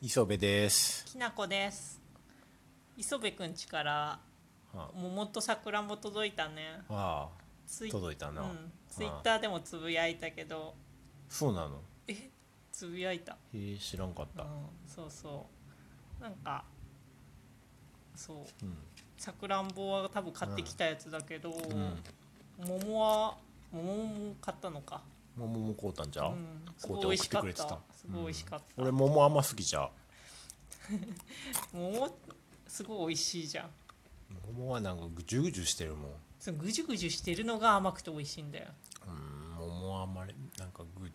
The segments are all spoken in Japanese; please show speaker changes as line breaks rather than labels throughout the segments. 磯部です。
きなこです磯部くんちから
あ
桃と桜も届いたね
ああ、
ツイ
届いたな
うん、ツイッターでもつぶやいたけど
そうなの。
えつぶやいた、
へえ、知らんかっ
うん
た。、
そうそうなんかそう
うん。
さくらんぼは多分買ってきたやつだけど、
うん。
桃は桃も買ったのか、
桃もこうたんじゃ
う
う。
ん、す
こ
ご
う
い
て送
美味
っ
してか
く
っ
れてた
たすごい美味しかった、
俺桃あんま好きじゃう。
桃すごい美味しいじゃん
桃はなんかぐじゅぐじゅしてるもん。
そのぐじゅぐじゅしてるのが甘くて美味しいんだよ
うん、桃はあんまり、なんかぐ。うん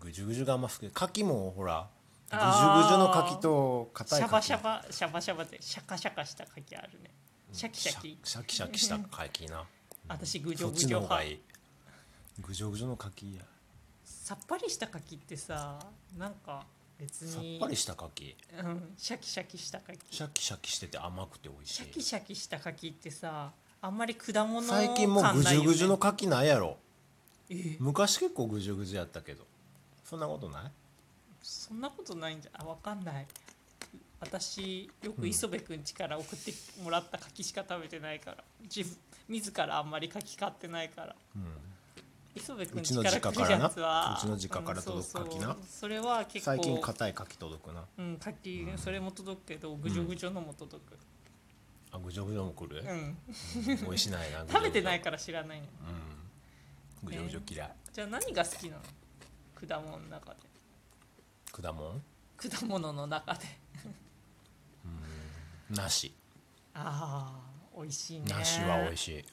ぐじゅぐじゅがあんま好き。牡蠣もほら。ぐじゅぐ
あー
じゅの牡蠣と
シ
硬い牡
ャ
蠣。
バシャバシャバシャバってシャカシャカした牡蠣あるねシャキシャキ
シャキシャキした牡蠣な。
私ぐじょ
そっ
ぐ
ち
じょ
の方がい
派
い。ぐじょぐじょの牡蠣や。
さっぱりした牡蠣ってさなんか別
さっ
に
ぱりした牡蠣。
うん、シャキシャキした牡蠣
シャキシャキしてて甘くて美味しい。
シャキシャキした牡蠣ってさあんまり果物感ないよ、
最
ね、
近もうぐじゅぐじゅの牡蠣ないやろ
え
昔結構ぐじゅぐじゅやったけどそんなことない
そんなことないんじゃあわかんない私よく磯部くん家から送ってもらった牡蠣しか食べてないから自分自らあんまり牡蠣買ってないから
うん
磯部く
うんち
家
の
から
実家
来
か
る
らな
やつは
うちの実家から届く
うん
柿
そ
な
うそうそれは結構
最近硬い牡蠣届くな
うん柿それも届くけどぐじょぐじょのも届く
あぐじょぐじょも来る
うん、
美味しないな
食べてないいから知らないの
うんぐじょぐじょ嫌い
じゃあ何が好きなの果物の中で
果物
果物の中で
梨
ああ美味しいね
梨は美味
しい
しいうん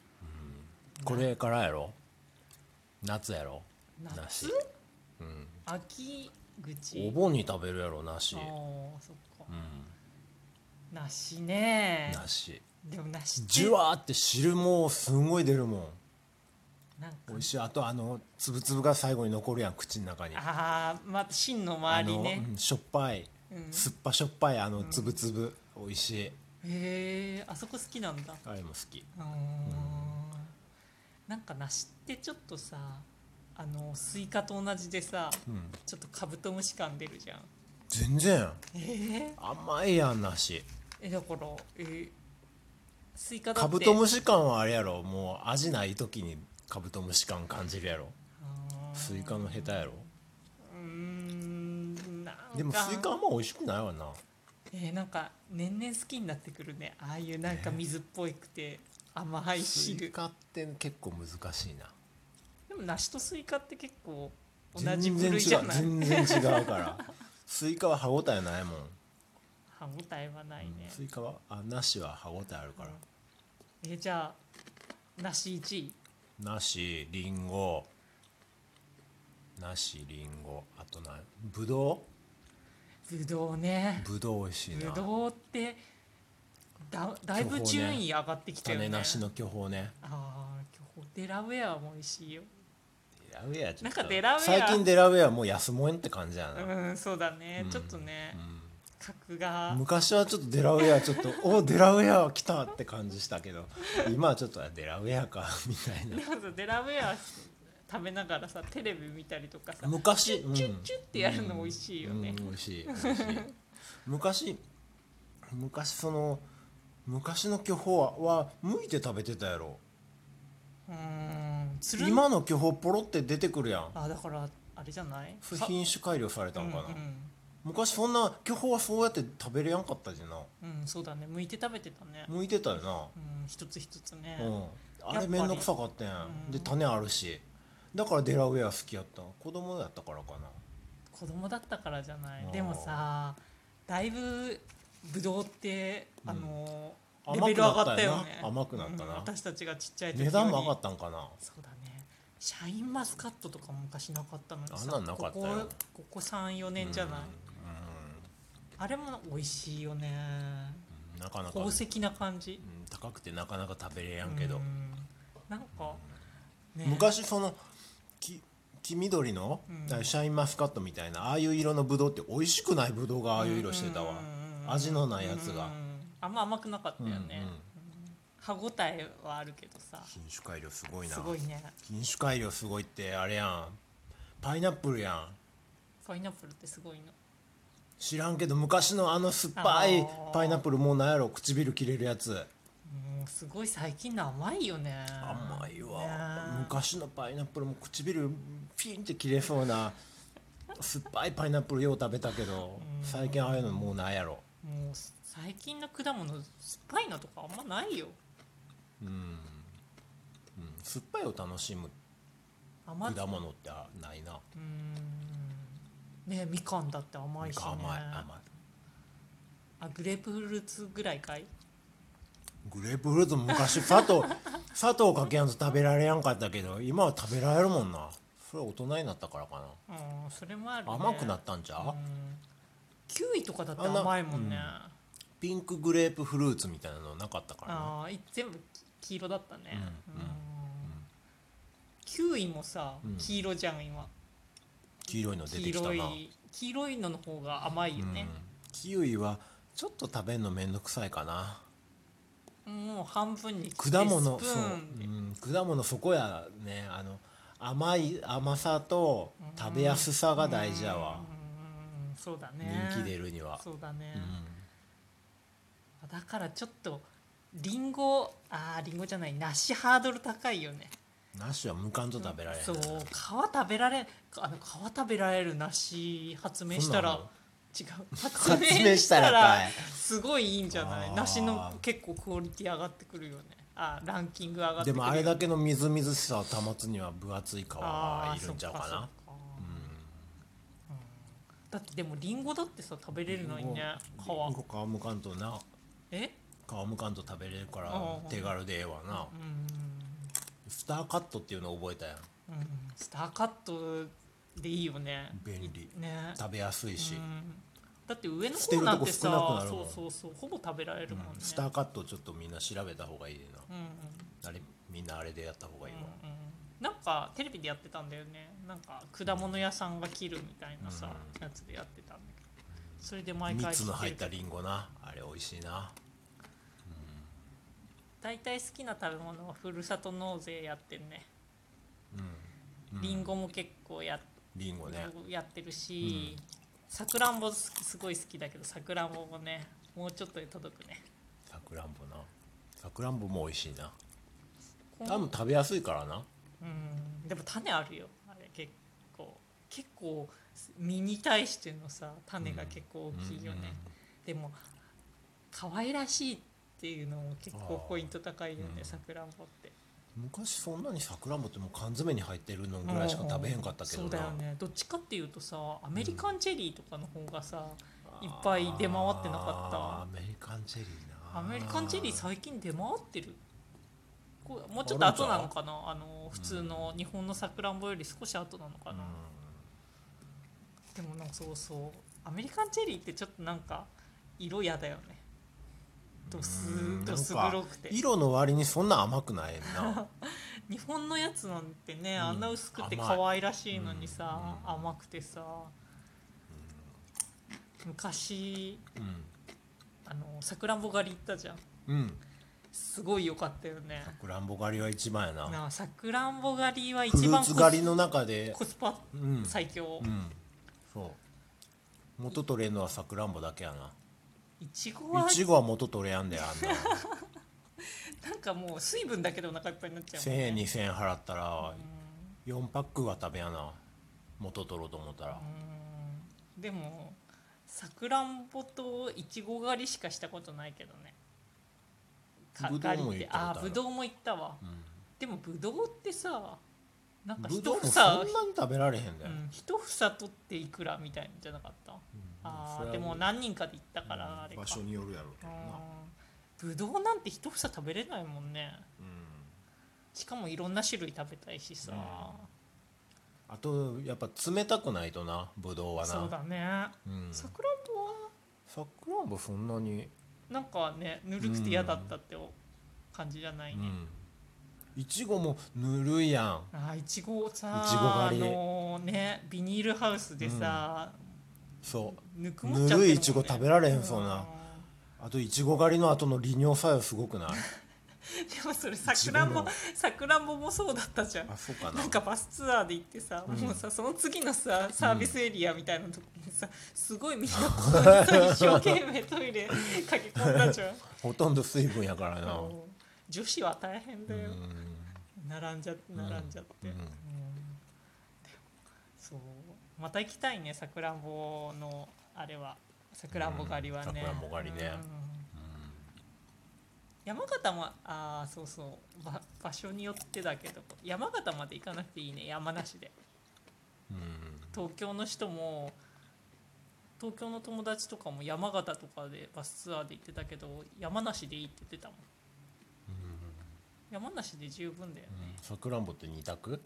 これからやろ夏やろ
夏
梨うん
秋口
お盆に食べるやろ梨
あーそっか
うん
梨ね
梨
でも梨って
ジュワーって汁もうすごい出るもん
なんか
美味しいあとあの粒々が最後に残るやん口の中に
ああまあ芯の
あ
周り
の、
ね
うんしょっぱい、
うん
酸っぱしょっぱいあのつぶつぶ、美味しい
へえあそこ好きなんだ
あれも好き
うーんなんか梨ってちょっとさあのスイカと同じでさ、
ん
ちょっとカブトムシ感出るじゃん
全然
え
甘いやん梨
えだからえースイカだって
カブトムシ感はあれやろもう味ない時にカブトムシ感感じるやろ
あー
スイカの下手やろ
うーんなんか
でもスイカあんま美味しくないわな
えーなんか年々好きになってくるねああいうなんか水っぽいくて甘い
スイ
汁
カって結構難しいな
でも梨とスイカって結構同じ
全
部
然違
類
う
じゃない
全然違うから スイカは歯ごたえないもん、
歯応えはないね、
スイカはあ梨は歯ごたえあるから、
えーじゃあ梨1位
梨りんご梨りんごあとなぶど
ぶどうね
うぶどう美味しいな
ぶどうってだだいぶ順位上がってきたよね
種なしの巨峰ね
ああ今日デラウェアも美味しいよ
デラウェアちょっと
なんかデラウェア
最近デラウェアもう安もんって感じやな、
うんそうだね、
うん
ちょっとね
う
格が
ん昔はちょっとデラウェアちょっと おデラウェア来たって感じしたけど今はちょっとあデラウェアかみたいな
でもさデラウェア食べながらさテレビ見たりとかさ
昔うん
チュッチュッってやるの美味しいよね
うん、美味しい美味しい昔昔その昔の巨峰はは剥いて食べてたやろ
うーんつるん
今の巨峰ポロって出てくるやん
あだからあれじゃない
それ品種改良されたのかな、
うん
昔そんな巨峰はそうやって食べれやんかったじゃな
うん、うん、そうだね剥いて食べてたね、
剥いてたよ
うん、一つ一つね
な、うん、あ
やっぱ
れ
り
面倒くさかったや
うん
んで種あるしだからデラウェア好きやった子供やったからかな
子供だったからじゃない
あー
でもさだいぶぶどうってあのー、レベ
甘
ル
く
上
な
が
っ
ったた
よ
よ
な
ね
甘くなった
うん
な
私たちがちっちゃい時より
値段も上がったんかな
そうだねシャインマスカットとか昔なかったのに
あん
さ
なんなかったよ
ここここ34年じゃない、あれも美味しいよね
うんうんなかなか
宝石な感じ
うん高くてなかなか食べれやんけど、
うんなんか、ね、
昔そのき黄緑の、
うん
あシャインマスカットみたいなああいう色のブドウって美味しくないブドウがああいう色してたわ、
うんうんうん
味のないやつが、
うんあんま甘くなかったよね、
うんうん
歯ごたえはあるけどさ
品種改良すごいな
すごいね
品種改良すごいってあれやんパイナップルやん
パイナップルってすごいの
知らんけど昔のあの酸っぱい
あー
パイナップルもうなんやろ唇切れるやつ
もうすごい最近の甘いよね
甘い
ね
わ昔のパイナップルも唇ピンって切れそうな酸っぱいパイナップルよう食べたけど
うん
最近ああいうのもうないやろ
もう最近の果物酸っぱいのとかあんまないよ
うん、うん、酸っぱいを楽しむ
甘
果
い
物ってあないな
うーんねみかんだって甘いし、ね、
甘い甘い
あグレープフルーツぐらいかい
グレープフルーツも 昔砂糖砂糖かけやんと食べられやんかったけど今は食べられるもんなそれは大人になったからか
うんそれもある、ね、
な甘くなったんちゃう、
うんキウイとかだって甘いもんねあ
ピンクグレープフルーツみたいなのなかったからな
あーい全部黄色だったね
うんうん
うんキウイもさ
うん
黄色じゃん今
黄色いの出
黄
てきたな
色い黄色いのの方が甘いよね、
うんキウイはちょっと食べるのめんどくさいかな
もう半分に切って
果物
スプ
そう、
ーンで
うん、果物そこやねあの甘い甘さと食べやすさが大事やわ
うんそうだね
人気出るには、
そうだね
うん、
だからちょっとリンゴあーリンゴじゃない梨ハードル高いよね
梨は無感と食べられへん
そう皮食べられあの皮食べられる梨発明したら違う発
発明したらかい
すごいいいんじゃない
あー
梨の結構クオリティ上がってくるよねあランキング上がっ
で
てくる
も
よ
あれだけのみずみずしさを保つには分厚い皮
あ
が
ー
いるんちゃうか
そっ
な
そっうんだってでもリンゴだってさ食べれるのにね皮
皮むかんとな
え
皮むかんと食べれるから
あー
手軽でええわな
うん
スターカットっていうの覚えたやん
うんスターカットでいいよね
便利
ね
食べやすいし、
うんだって上の
捨て
方
る
な
と
ん
こ
て
少なく
さ
なる
そ
も
うんそうそうほぼ食べられるもんね、
スターカットちょっとみんな調べた方がいいで
うんうん
なあれみんなあれでやった方がいいわ、
うんうんなんかテレビでやってたんだよねなんか果物屋さんが切るみたいなさ、
うん
やつでやってたんだけどそれで毎回
蜜の
切
入
っ
ってた
る
リンゴなあれ美味しいな
大体好きな食べ物はふるさと納税やってんね
うん、うん、
りんごも結構や,、
リンゴね
やってるしさくらんぼすすごい好きだけどさくらんぼもねもうちょっとで届くね
さくらんぼなさくらんぼも美味しいな
こん
多分食べやすいからな
うんでも種あるよあれ結構結構実に対してのさ種が結構大きいよね、でも可愛らしいっていうのも結構ポイント高いよ
あーう
ね
ん
さくらんぼって
うん昔そんなにさくらんぼってもう缶詰に入ってるのぐらいしか食べへんかったけど
そう
な
だよねどっちかっていうとさアメリカンチェリーとかの方がさ、いっぱい出回ってなかった
あーアメリカンチェリーな
アメリカンチェリー最近出回ってるこうもうちょっと
あるんちゃ
後
う
なのかなあの普通の日本のさくらんぼより少し後なのか
う
な、
ん
でもなんかそうそうアメリカンチェリーってちょっとなんか色やだよねドス
うん
ドス
なんか
黒くて
色の割にそんな甘くない な
日本のやつなんてね
うん
あんな薄くて
甘い
可愛らしいのにさ、
うん
甘くてさ、昔あのさくらんぼ狩り行ったじゃん
うん、うん、
すごい良かったよね
さくらんぼ狩りは一番やな
なあさくらんぼ狩りは
フ
一
ルー
番コス
ツ狩りの中で
コスパ
うん
最強
うんそう元取れんのはさくらんぼだけやない
ちごはい
ちごは元取れやんであ んな
なんかもう水分だけでお腹いっぱいになっちゃう
1000
もんね
円2000円払ったら
うん
4パックは食べやな元取ろうと思ったら
うんでもさくらんぼといちご狩りしかしたことないけどねか
ぶどうも
狩り
行っ
って
たこと
あ
ある
ぶどうも行ったわ
うん
でもぶどうってさなんか
ぶ
一
どうもそん
房
なに食べられへんだ
う
よ、
ん一房取っていくらみたいなんじゃなかったあ
それ
ー
は
でも何人かで行ったからあれか
場所によるやろうけどな
うんぶどうなんて一房食べれないもんね
うん
しかもいろんな種類食べたいしさ
うあとやっぱ冷たくないとなぶどうはな
そうだね
うん、
さ
さ
くらんぼは
くらんぼそんなに、
なんかねぬるくて嫌だったって感じじゃな
う
いね、
ん、いちごもぬるいやん
あーいちごをさ
いちご狩り
あのねビニールハウスでさ、
そう
ぬくもっちゃってるもんね
ぬるいいちご食べられへんそうなあといちご狩りの後の利尿作用すごくない
でもそれさくらんぼ
自分の
さくらんぼもそうだったじゃん
あそうかな
なんかバスツアーで行ってさ、
うん
もうさその次のさサービスエリアみたいなとこにさすごいみんなここ にさ一生懸命トイレ駆け込んだじゃん
ほとんど水分やからな
もう女子は大変だ
う
よ、
ん
並んじゃ並んじゃって、
うん
うんでもそうまた行きたいねさくらんぼのあれはさくらんぼ狩りはね、
うんさくらんぼ狩りね
うん山形もああそうそうば場所によってだけど山形まで行かなくていいね山梨で
うん
東京の人も東京の友達とかも山形とかでバスツアーで行ってたけど山梨でいいって言ってたもん山梨で十分だよね、
さくらんぼって二択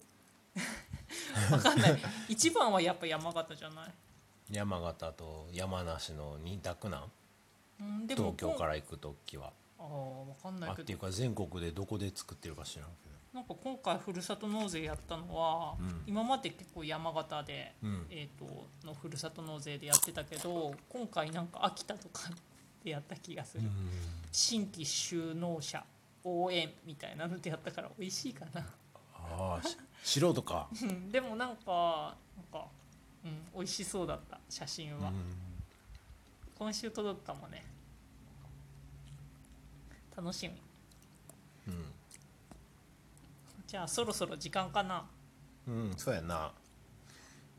わかんない一番はやっぱ山形じゃない、
山形と山梨の二択なん
うん、でも
東京からら行く時は
ああわかんな
あ
い
っ
け
てい
ど
うか全国でどこで作ってるか知らん
なんか今回ふるさと納税やったのは、
うん
今まで結構山形で、
けどうん
えー、とのふるさと納税でやってたけど今回なんか秋田とかでやった気がする、新規就農者応援みたいなのでやったから美味しいかな
ああし 素人か
うんでもなんかなんか、うん、美味しそうだった写真は、
う
今週届くかもね楽しみ
ん
じゃあそろそろ時間かな
うん、うん、そうやな、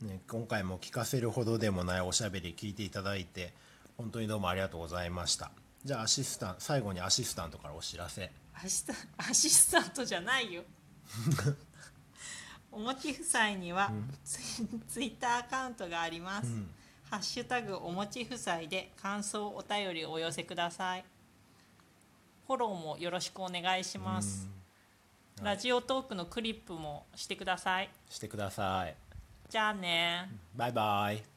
ね、今回も聞かせるほどでもないおしゃべり聞いていただいて本当にどうもありがとうございましたじゃあアシスタン最後にアシスタントからお知らせ
アシスタアシスタントじゃない よおもち夫妻にはツイ,、ッターアカウントがあります、
ん
ハッシュタグおもち夫妻で感想お便りをお寄せくださいフォローもよろしくお願いします、
うん
ラジオトークのクリップもしてください
してください
じゃあね
バイバイ